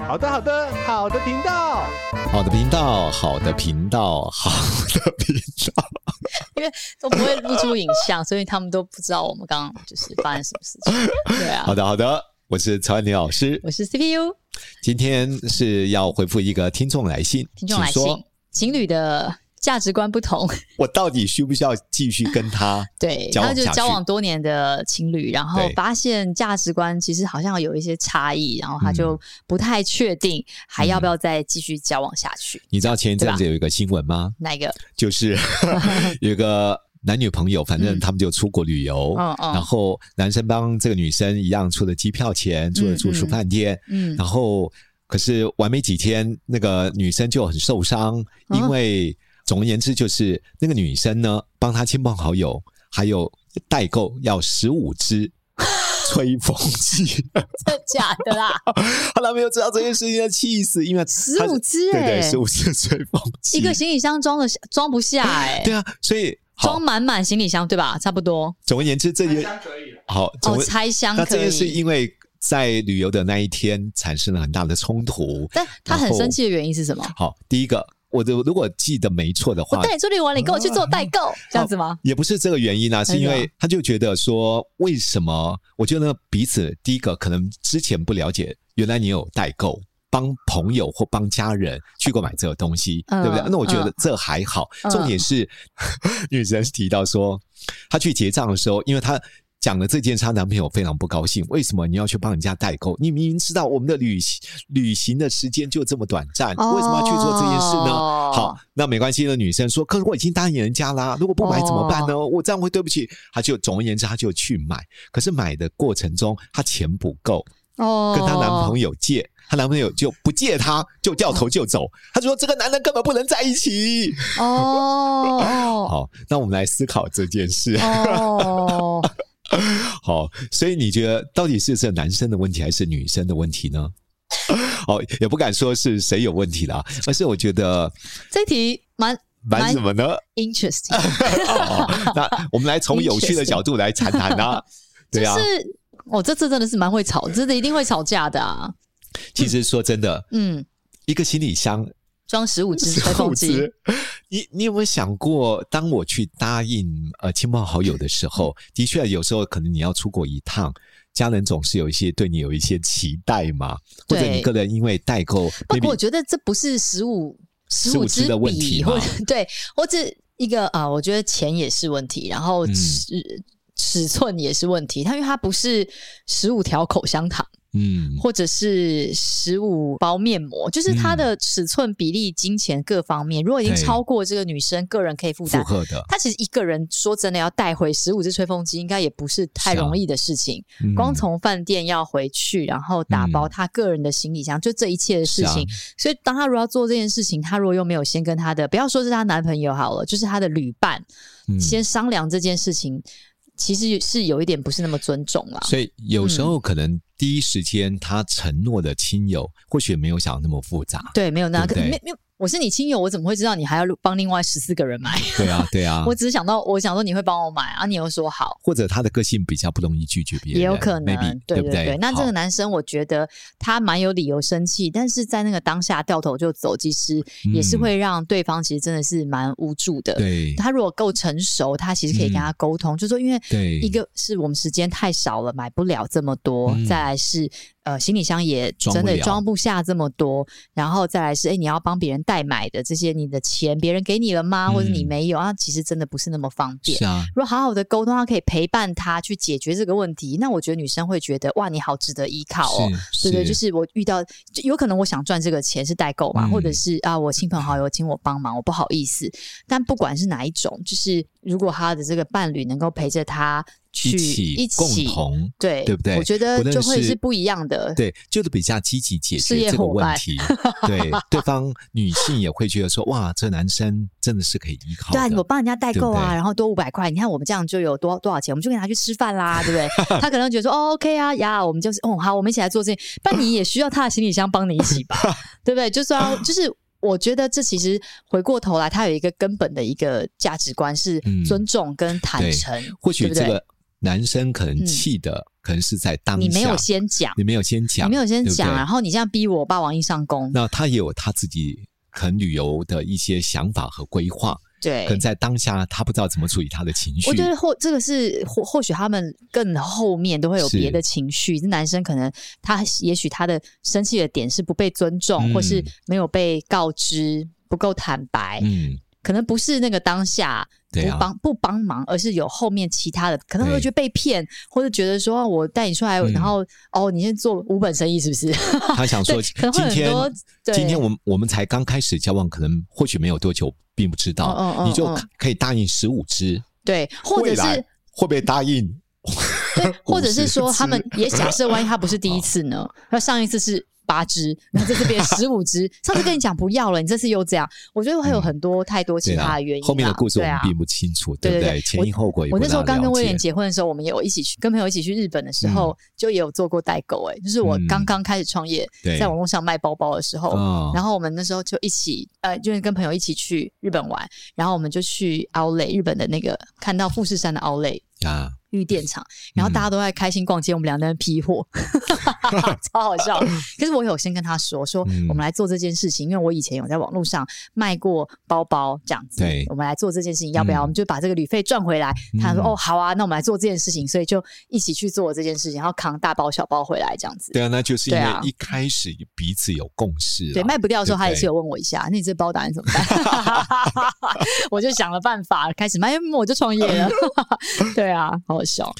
好的，好的频道。好的频道，好的频道，好的频道。都不会露出影像，所以他们都不知道我们刚刚就是发生什么事情。对啊好，的，好的，我是曹安林老师，我是 CPU 今天是要回复一个听众来信，听众来请信说，情侣的价值观不同， 我到底需不需要继续跟 他？对，交然后往就是下交去往多年的情侣，然后对发现价值观其实好像有一些差异，然后他就不太确定还要不要再继续交往下去。你知道前一阵子有一个新闻吗？哪一个？就是 有一个男女朋友，反正他们就出国旅游，嗯嗯然后男生帮这个女生一样出了机票钱，住了住宿饭店，嗯然后可是玩没几天，那个女生就很受伤，啊因为总而言之就是那个女生呢，帮她亲朋好友还有代购要十五 支吹风机， 真的假的啊啦？她男朋友知道这件事情要气死，因为她15支对对，欸十五支吹风机，一个行李箱装的装不下哎、对啊，所以好装，满满行李箱对吧？差不多总而言之这件好，总哦，而拆箱那可这件事以。因为在旅游的那一天产生了很大的冲突，但他很然后啊生气的原因是什么？好，第一个，我的如果记得没错的我话，带你出去玩，你跟我去啊做代购，这样子吗？也不是这个原因啊，是因哎为呀他就觉得说，为什么？我觉得彼此第一个可能之前不了解，原来你有代购。帮朋友或帮家人去购买这个东西，嗯对不对？那我觉得嗯这还好。嗯重点是， 女生提到说，她去结账的时候，因为她讲了这件事，她男朋友非常不高兴。为什么你要去帮人家代购？你明明知道我们的旅行旅行的时间就这么短暂，哦为什么要去做这件事呢？好，那没关系。那女生说：“可是我已经答应人家啦，如果不买怎么办呢？我这样会对不起。”她就总而言之，她就去买。可是买的过程中，她钱不够，哦跟她男朋友友借，她男朋友就不借她，就掉头就走。她就说：“这个男人根本不能在一起。哦好，那我们来思考这件事。哦， 好，所以你觉得到底是这男生的问题还是女生的问题呢？哦，也不敢说是谁有问题啦，而是我觉得这题蛮蛮什么呢？ interesting，哦，那我们来从有趣的角度来谈谈啊。 对 啊就，嗯是我这次真的是蛮会吵，真的一定会吵架的啊。其实说真的，嗯，一个行李箱装十五只吹风15 机，只，你你有没有想过，当我去答应呃亲朋好友的时嗯候，的确有时候可能你要出国一趟，家人总是有一些对你有一些期待嘛，或者对你个人因为代购，不过 maybe 我觉得这不是十五十15支支的问题笔，吗或者对我只一个啊、我觉得钱也是问题，然后嗯尺、尺寸也是问题，它因为它不是十五条口香糖，嗯或者是十五包面膜，就是它的尺寸、比例、金钱各方面，如果已经对超过这个女生个人可以负负担。荷的，她其实一个人说真的要带回十五只吹风机，应该也不是太是啊容易的事情。嗯光从饭店要回去，然后打包嗯他个人的行李箱，就这一切的事是啊情。所以，当他如果要做这件事情，他如果又没有先跟他的，不要说是她男朋友好了，就是他的旅伴，嗯先商量这件事情，其实是有一点不是那么尊重啦。所以有时嗯候可能第一时间他承诺的亲友，或许也没有想的那么复 杂。对，没有那对不对没没有，我是你亲友，我怎么会知道你还要帮另外十四个人买？，对啊，对啊我只是想到，我想说你会帮我买啊，你又说好。或者他的个性比较不容易拒绝别人，啊也有可能 maybe, 对不对。那这个男生，我觉得他蛮有理由生气，但是在那个当下掉头就走，其实也是嗯会让对方其实真的是蛮无助的。好对他如果够成熟，他其实可以跟他沟嗯通，就说因为对一个是我们时间太少了，买不了这么多；嗯再来是呃行李箱也装真不的了装不下这么多，然后再来是哎、你要帮别人代买的这些，你的钱别人给你了吗？或者你嗯没有啊？其实真的不是那么方便是。啊，如果好好的沟通，他可以陪伴他去解决这个问题，那我觉得女生会觉得哇，你好值得依靠哦。是对对，就是我遇到，就有可能我想赚这个钱是代购嘛，嗯或者是啊，我亲朋好友请我帮忙，我不好意思。但不管是哪一种，就是如果他的这个伴侣能够陪着他去一起一共同。对对不对我觉得不论就会是是不一样的。对，就是比较积极解事决业这个伙问伴题。对，对方女性也会觉得说，哇，这男生真的是可以依靠的。对啊，我帮人家代购对不啊，对然后多五百块，你看我们这样就有多多少钱，我们就跟他去吃饭啦， 对不对？他可能觉得说，哦，OK 啊，呀，我们就是，哦，好，我们一起来做这件，但你也需要他的行李箱帮你一 起吧，对不对？就算就是。我觉得这其实回过头来，它有一个根本的一个价值观是嗯尊重跟坦对诚，或许对不这对个男生可能嗯气的，可能是在当下你没有先讲，你没有先讲，你没有先对不讲，对然后你这样逼我霸王硬上弓，那他也有他自己可能旅游的一些想法和规划，对，可能在当下他不知道怎么处理他的情绪我。觉得或这个是或或许他们更后面都会有是别的情绪。这男生可能他也许他的生气的点是不被尊重，嗯或是没有被告知，不够坦白，嗯，可能不是那个当下。不对啊帮不帮忙，而是有后面其他的，可能会对觉得被骗，或者觉得说哦我带你出来，嗯然后哦，你现在做五本生意是不是？ 他想说哎对可能会今天很多对今天我们我们才刚开始交往，可能或许没有多久，并不知道，嗯嗯嗯哦你就嗯可以答应十五只，对，或者未来是嗯会不会答应？ 对，或者是说50他们也假设，万一他不是第一次呢？那上一次是八只，那这次变十五只，上次跟你讲不要了，你这次又这样，我觉得会有很多太多其嗯对他啊的原因、啊，后面的故事我对们啊并不清楚，对不对对？对前因后果也不我那时候大刚跟了威廉解结婚的时候，我们也有一起去跟朋友一起去日本的时候，就也有做过代购。哎，就是我嗯刚刚开始创业，对在网络上卖包包的时候，哦然后我们那时候就一起呃，就是跟朋友一起去日本玩，然后我们就去 Outlet 日本的那个看到富士山的 Outlet 啊，玉电厂，然嗯后大家都在开心逛街，我们俩在那边批 货，超好笑。可是我有先跟他说，说嗯我们来做这件事情，因为我以前有在网络上卖过包包这样子对，我们来做这件事情，要不嗯要？我们就把这个旅费赚回来。他说嗯哦，好啊，那我们来做这件事情，所以就一起去做这件事情，然后扛大包小包回来这样子。对啊，那就是因为对啊一开始彼此有共识啦，对，卖不掉的时候，对不他也对是有问我一下，那你这包打算怎么办？ 我就想了办法，开始卖，因为我就创业 了。对啊，好好笑。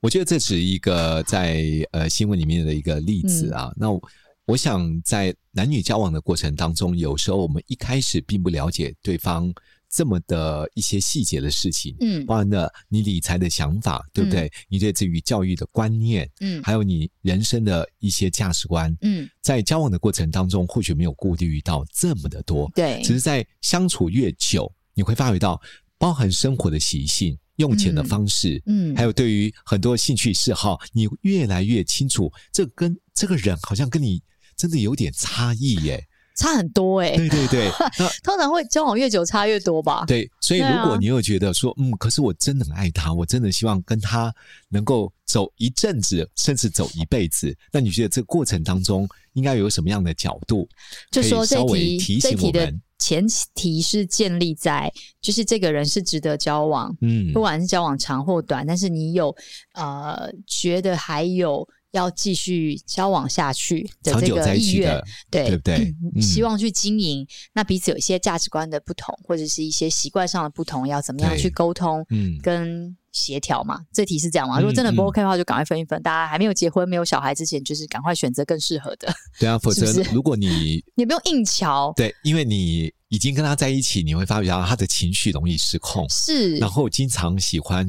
我觉得这只是一个在呃新闻里面的一个例子嗯啊。那我我想在男女交往的过程当中，有时候我们一开始并不了解对方这么的一些细节的事情，嗯包含了你理财的想法，对不对？你对自己教育的观念，嗯还有你人生的一些价值观，嗯，在交往的过程当中，或许没有顾虑到这么的多，对，只是在相处越久，你会发觉到包含生活的习性、用钱的方式，嗯嗯还有对于很多兴趣嗜好，你越来越清楚，这跟这个人好像跟你真的有点差异耶。差很多哎、对对 对，那通常会交往越久差越多吧？对，所以对啊如果你有觉得说，嗯，可是我真的很爱他，我真的希望跟他能够走一阵子，甚至走一辈子，那你觉得这个过程当中应该有什么样的角度？就说这可以稍微题提这醒题我的们，前提是建立在就是这个人是值得交往，嗯不管是交往长或短，但是你有呃觉得还有要继续交往下去的长这久在个一意起愿的，对不对嗯希望去经营，那彼此有一些价值观的不同，或者是一些习惯上的不同，要怎么样对去沟通？嗯，跟协调嘛，这题是这样嘛？如果嗯真的不嗯 OK 的话，就赶快分一分。大家还没有结婚、没有小孩之前，就是赶快选择更适合的， 对啊，否则是不是如果你也不用硬瞧。对，因为你已经跟他在一起，你会发觉到他的情绪容易失控，是然后经常喜欢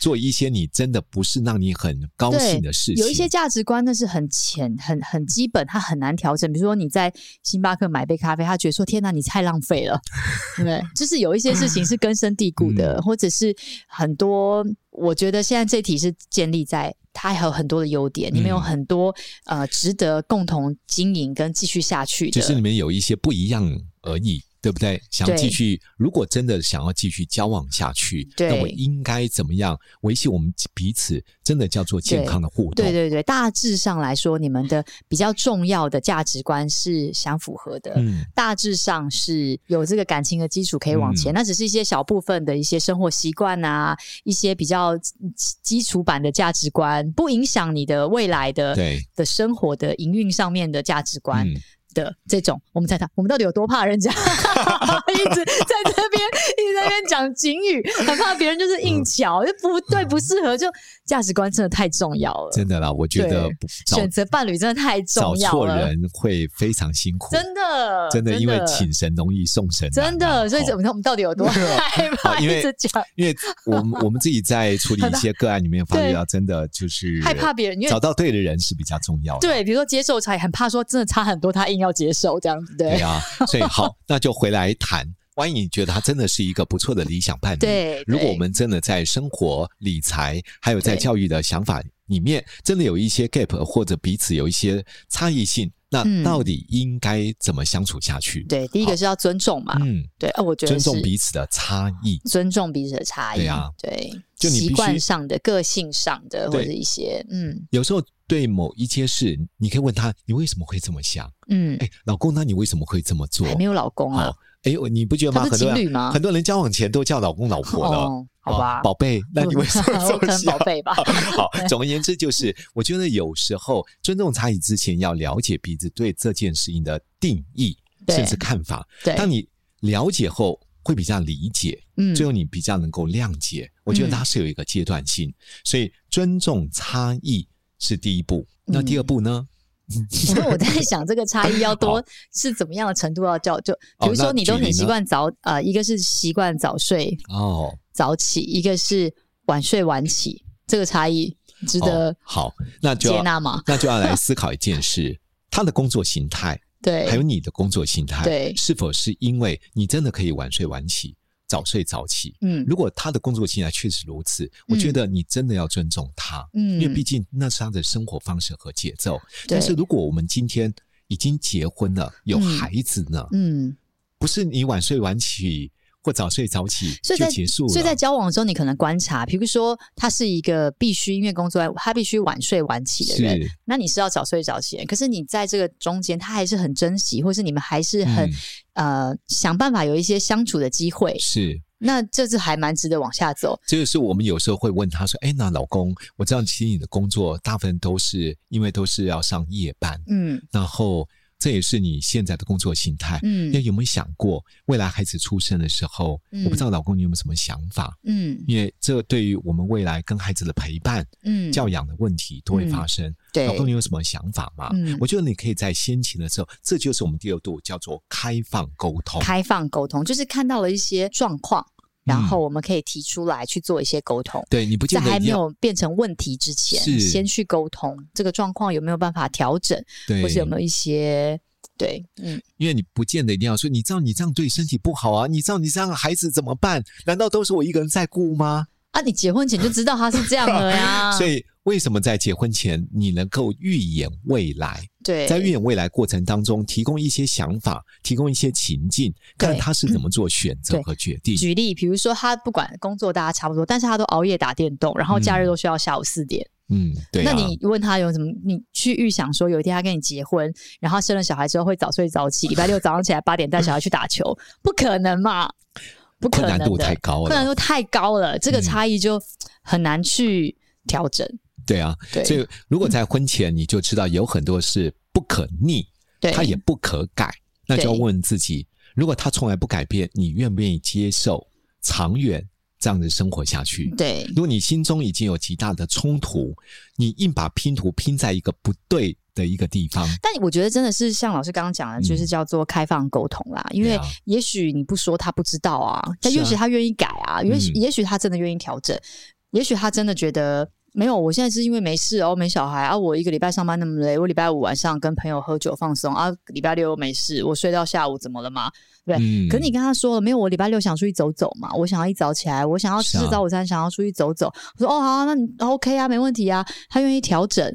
做一些你真的不是让你很高兴的事情。有一些价值观那是很浅、很很基本，它很难调整。比如说你在星巴克买杯咖啡，他觉得说：“天哪，你太浪费了。”对不对， 就是有一些事情是根深蒂固嗯的，或者是很多。我觉得现在这题是建立在它还有很多的优点，你们有嗯很多呃值得共同经营跟继续下去的。就是你们有一些不一样而已，对不对？想对继续，如果真的想要继续交往下去，对那我应该怎么样维系我们彼此真的叫做健康的互动？对对对，大致上来说，你们的比较重要的价值观是相符合的。嗯，大致上是有这个感情的基础可以往前，嗯那只是一些小部分的一些生活习惯啊，一些比较基基础版的价值观，不影响你的未来的对，的生活的营运上面的价值观。嗯，的这种，我们在谈，我们到底有多怕人家 一直在这边一直在那边讲警语，很怕别人就是嗯硬瞧，就不对不适合，就价值观真的太重要了，真的啦，我觉得对不找选择伴侣真的太找重要错了，人会非常辛苦，真的真的，因为请请神容易送神难啊、真的，所以哦我们我们到底有多害怕？ 啊因为 一直 讲因为我们我们自己在处理一些个案里面，发觉对到真的就是害怕别人，因找为到对的人是比较重要的。对，比如说接受差，也很怕说真的差很多，他硬要接受这样子，对对啊，所以好，那就回来谈。万一你觉得他真的是一个不错的理想伴侣，对嗯如果对我们真的在生活、理财，还有在对教育的想法里面，真的有一些 gap 或者彼此有一些差异性，那嗯到底应该怎么相处下去？对。第一个是要尊重嘛，嗯，对，呃，我觉得尊是重彼此的差异。尊重彼此的差异，对啊对就你必须习惯上的、个性上的，对或者一些，嗯有时候对某一些事，你可以问他：你为什么会这么想？嗯，哎，老公，那你为什么会这么做？还没有老公啊好，哎，我你不觉得他吗？不很是多情侣人吗？很多人交往前都叫老公老婆了。哦，好吧哦，宝贝，那你为什么 我这可么能想宝？贝吧？ 好，总而言之，就是我觉得有时候尊重差异之前，要了解彼此对这件事情的定义，对甚至看法。对，当你了解后，会比较理解，嗯最后你比较能够谅解。我觉得它是有一个阶段性，所以尊重差异是第一步。那嗯第二步呢？ 因为我在想这个差异要多好哦是怎么样的程度要叫就，比如那说你都举例很习呢惯早呃，一个是习惯早睡哦，早起，一个是晚睡晚起，这个差异值得哦好，那就接要纳 吗？那就要来思考一件事：他的工作 形态，对，还有你的工作形态，哎对是否是因为你真的可以晚睡晚起、早睡早起？嗯如果他的工作形态确实如此，我觉得你真的要尊重他，嗯因为毕竟那是他的生活方式和节奏。对但是如果我们今天已经结婚了，有孩子呢，嗯，不是你晚睡晚起或早睡早起所以在就结束了，所以在交往的时候，你可能观察，比如说他是一个必须因为工作，他必须晚睡晚起的人，是那你是要早睡早起的人。可是你在这个中间，他还是很珍惜，或是你们还是嗯很、呃想办法有一些相处的机会，是。那这是还蛮值得往下走。这就是我们有时候会问他说：“哎，那老公，我知道其实你的工作大部分都是因为都是要上夜班，嗯然后这也是你现在的工作形态。那嗯有没有想过，未来孩子出生的时候，嗯我不知道老公你有没有什么想法？嗯因为这对于我们未来跟孩子的陪伴、嗯，教养的问题都会发生。对老公你有什么想法吗？嗯我觉得你可以在先前的时候，这就是我们第二度叫做开放沟通。开放沟通，就是看到了一些状况，然后我们可以提出来去做一些沟通。对你不在见得还嗯一定没要有变成问题之前，是先去沟通这个状况有没有办法调整，对，或是有没有一些对，嗯，因为你不见得一定要说，你知道你这样对身体不好啊，你知道你这样孩子怎么办？难道都是我一个人在顾吗？啊，你结婚前就知道他是这样了呀， 所以为什么在结婚前你能够预演未来？对，在预演未来过程当中，提供一些想法，提供一些情境，对看他是怎么做选择对和决定。举例，比如说他不管工作大家差不多，但是他都熬夜打电动，然后假日都需要下午四点，嗯，对、啊。那你问他有什么？你去预想说有一天他跟你结婚，然后生了小孩之后会早睡早 起，礼拜六早上起来八点带小孩去打球，不可能嘛？不可困能难的，度太高困难度了，太高了，这个嗯差异就很难去调整。对啊。对，所以如果在婚前你就知道有很多是不可逆，对，它也不可改，那就要对问自己：如果它从来不改变，你愿不愿意接受长远这样的生活下去？对如果你心中已经有极大的冲突，你硬把拼图拼在一个不对的一个地方，但我觉得真的是像老师刚刚讲的，嗯就是叫做开放沟通啦。因对为啊也许你不说他不知道啊，但是也啊许他愿意改啊，也许嗯也许他真的愿意调整，也许他真的觉得没有，我现在是因为没事哦，没小孩啊，我一个礼拜上班那么累，我礼拜五晚上跟朋友喝酒放松啊，礼拜六又没事，我睡到下午怎么了嘛？对，嗯可是你跟他说了没有？我礼拜六想出去走走嘛，我想要一早起来，我想要吃是啊早午餐，想要出去走走。我说哦好啊、那你 OK 啊，没问题啊。他愿意调整，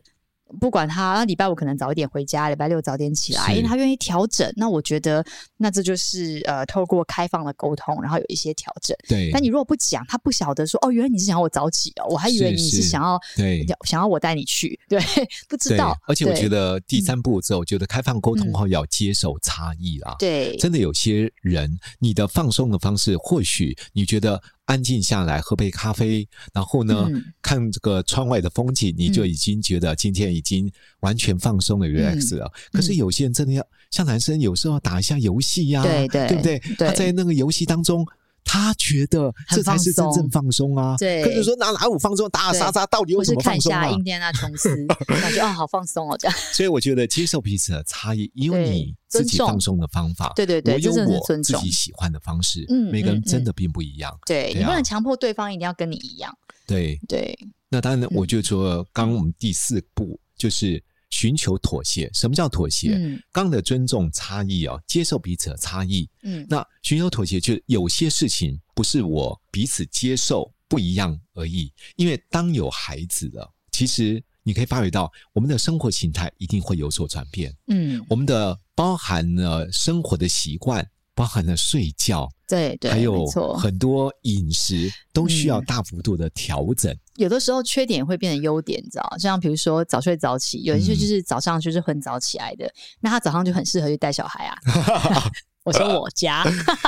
不管他，那礼拜五可能早一点回家，礼拜六早点起来，是因为他愿意调整。那我觉得，那这就是呃，透过开放的沟通，然后有一些调整。对，但你如果不讲，他不晓得说哦，原来你是想要我早起哦，我还以为是你是是想要对想要我带你去， 对，不知对道。，而且我对觉得第三步骤，我觉得开放沟通嗯后要接受差异啦。对，真的有些人，你的放松的方式，或许你觉得安静下来喝杯咖啡，然后呢、嗯看这个窗外的风景，你就已经觉得今天已经完全放松嗯了、relax 了。可是有些人真的要像男生，有时候要打一下游戏呀、对对对不对？对他在那个游戏当中。他觉得这才是真正放松啊！对可是说哪哪有放松，打打杀杀，到底有或什是么看放一松下啊？印第安纳琼 斯，感觉啊、好放松哦，这样。所以我觉得接受彼此的差异，因为对你自尊己重放松的方法，对对对我有这真的是我尊自重己喜欢的方式，嗯每个嗯人真的并不一样。对对你不啊能强迫对方一定要跟你一样。对，对，那当然，嗯我就说，刚刚我们第四步就是寻求妥协。什么叫妥协？嗯刚刚的尊重差异哦，接受彼此的差异。嗯，那寻求妥协，就是有些事情不是我彼此接受不一样而已。因为当有孩子了，其实你可以发觉到，我们的生活形态一定会有所转变。嗯，我们的包含了生活的习惯，包含了睡觉，对对，还有没错，很多饮食都需要嗯大幅度的调整。有的时候缺点会变成优点，你知道？像比如说早睡早起，有一嗯些就是早上就是很早起来的，那他早上就很适合去带小孩 啊。我说我家，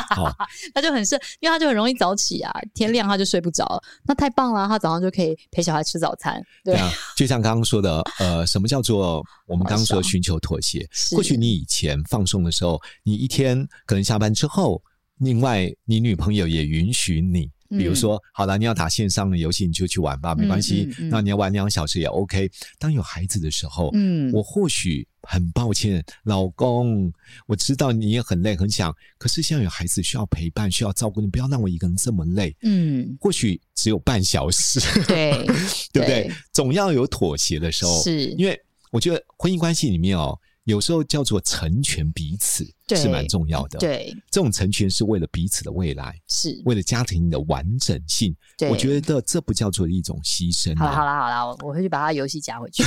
好，他就很适，因为他就很容易早起啊，天亮他就睡不着，那太棒了，他早上就可以陪小孩吃早餐。对，啊，就像刚刚 说的，呃，什么叫做我们刚刚说寻求妥协？是或许你以前放松的时候，你一天可能下班之后，另外你女朋友也允许你。比如嗯说，好了，你要打线上的游戏，你就去玩吧，没关系。嗯嗯嗯那你要玩两小时也 OK。当有孩子的时候，嗯我或许很抱歉，老公，我知道你也很累很想，可是现在有孩子需要陪伴，需要照顾，你不要让我一个人这么累。嗯，或许只有半小时， 对，对不对对？总要有妥协的时候，是因为我觉得婚姻关系里面哦，有时候叫做成全彼此对是蛮重要的。，对，这种成全是为了彼此的未来，是。为了家庭的完整性。对我觉得这不叫做一种牺牲、啊。好了好了好了，我我会去把他游戏加回 去，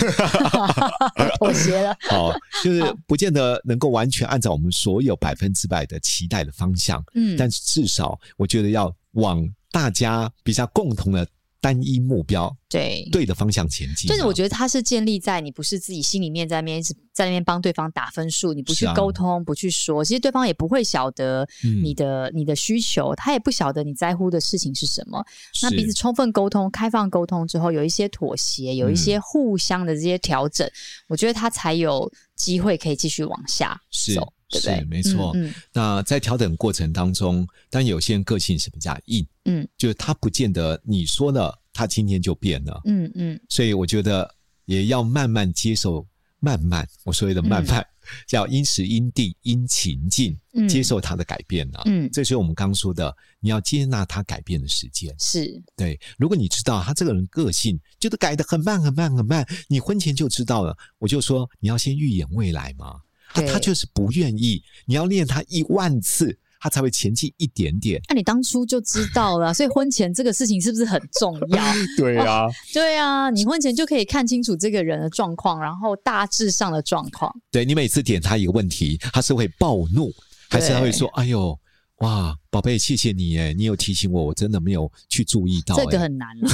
妥协了。好，就是不见得能够完全按照我们所有百分之百的期待的方向，嗯但是至少我觉得要往大家比较共同的单一目标对对的方向前进嗯啊。就是我觉得它是建立在你不是自己心里面在那边一直在那边帮对方打分数，你不是去啊沟通，不去说，其实对方也不会晓得嗯你的、你的需求，他也不晓得你在乎的事情是什么。那是彼此充分沟通、开放沟通之后，有一些妥协，有一嗯些互相的这些调整，我觉得他才有机会可以继续往下是走，对不是对？没错。嗯那在调整过程当中，但有些人个性是比较硬，嗯，就是他不见得你说了，他今天就变了，嗯嗯所以我觉得也要慢慢接受，慢慢我所谓的慢慢，叫因时因地因情境嗯接受他的改变啊。嗯嗯，这是我们刚说的，你要接纳他改变的时间。是对，如果你知道他这个人个性就是改得很慢很慢很慢，你婚前就知道了，我就说你要先预演未来嘛。啊，对他就是不愿意，你要练他一万次，他才会前进一点点。那你当初就知道了，所以婚前这个事情是不是很重要？对啊，对啊，你婚前就可以看清楚这个人的状况，然后大致上的状况。对你每次点他一个问题，他是会暴怒，还是他会说：“哎呦，哇，宝贝，谢谢你耶，你有提醒我，我真的没有去注意到。”哎这个很难了，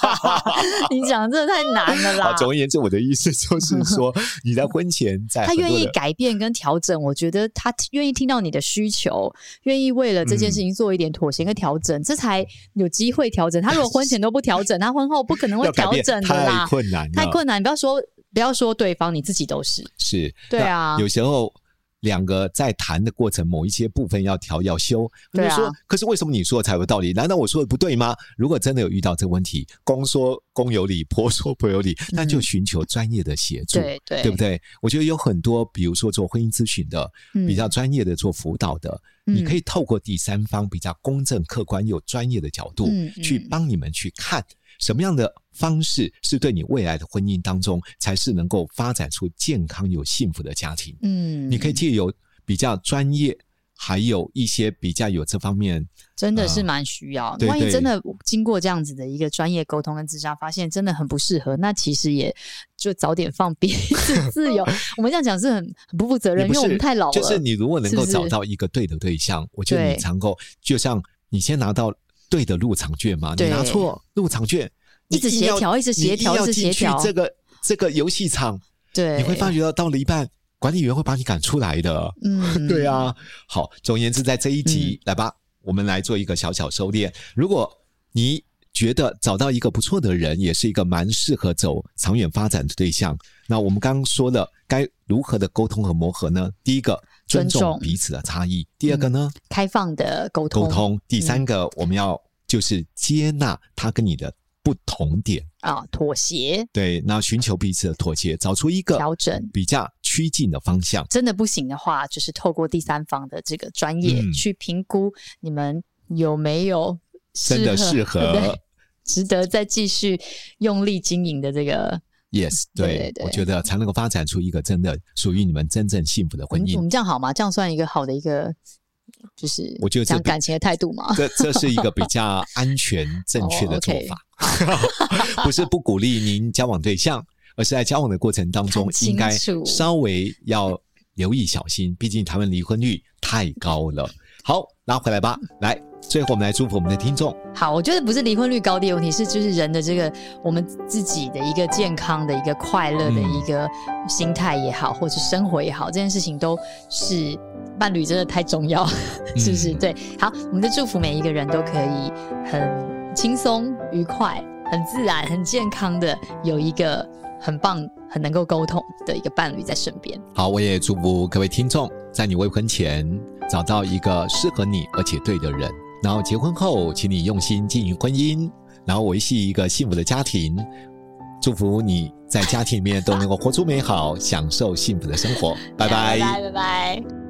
你讲的真的太难了好啦。。总而言之，我的意思就是 说，你在婚前在他很多愿意的改变跟调整，我觉得他愿意听到你的需求，愿意为了这件事嗯情做一点妥协跟调整，这才有机会调整。他如果婚前都不调整，他婚后不可能会要改调变整的太啦，困难了，太困难。你不要说不要说对方，你自己都是。是，对那啊有时候两个在谈的过程，某一些部分要调要修，他对就啊说，可是为什么你说的才有道理？难道我说的不对吗？如果真的有遇到这个问题，公说公有理，婆说婆有理，那就寻求专业的协嗯助。对对对不对？我觉得有很多，比如说做婚姻咨询的，嗯比较专业的做辅导的，你嗯可以透过第三方比较公正、客观又专业的角度，嗯去嗯帮你们去看什么样的方式是对你未来的婚姻当中才是能够发展出健康有幸福的家庭。嗯，你可以借由比较专业。还有一些比较有这方面，真的是啊蛮需要。对万一对真的经过这样子的一个专业沟通跟智商，发现真的很不适合，那其实也就早点放 彼此 自由。我们这样讲是很很不负责也任，不因为我是们太老了。就是你如果能够啊是不是找到一个对的对象，我觉得你对能够就像你先拿到对的入场券嘛，你对拿错入场券，一直你硬要协调一直协调你硬要一直协进去调这个这个游戏场，对，你会发觉到到了一半，管理员会把你赶出来的。嗯， 对啊，好，总而言之，在这一集、来吧，我们来做一个小小收敛。如果你觉得找到一个不错的人，也是一个蛮适合走长远发展的对象，那我们刚刚说了，该如何的沟通和磨合呢？第一个，尊尊重重彼此的差异；第二个呢，开放的沟通嗯沟通；第三个，我们要就是接纳他跟你的不同点，啊，妥协对，那寻求彼此的妥协，找出一个调整。比较趋近的方向。真的不行的话，就是透过第三方的这个专业嗯去评估你们有没有真的适 合对值得再继续用力经营的这个 Yes，嗯对对对，对我觉得才能够发展出一个真的属于你们真正幸福的我婚们我姻们。这样好吗？这样算一个好的一个，就是我觉得这讲比感情的态度嘛。这这是一个比较安全正哦确的做法， 不是不鼓励您交往对象，而是在交往的过程当中看，清应该楚稍微要留意小心，毕竟台湾离婚率太高了。好，拉回来吧，来，最后我们来祝福我们的听众，好，我觉得不是离婚率高低的问题，是就是人的这个我们自己的一个健康的一个快乐的嗯一个心态也好，或是生活也好，这件事情都是伴侣真的太重要，是不是？嗯对，好，我们就祝福每一个人都可以很轻松、愉快、很自然、很健康的有一个很棒、很能够沟通的一个伴侣在身边。好，我也祝福各位听众，在你未婚前找到一个适合你而且对的人，然后结婚后，请你用心经营婚姻，然后维系一个幸福的家庭。祝福你在家庭里面都能够活出美好，享受幸福的生活。拜拜。拜拜。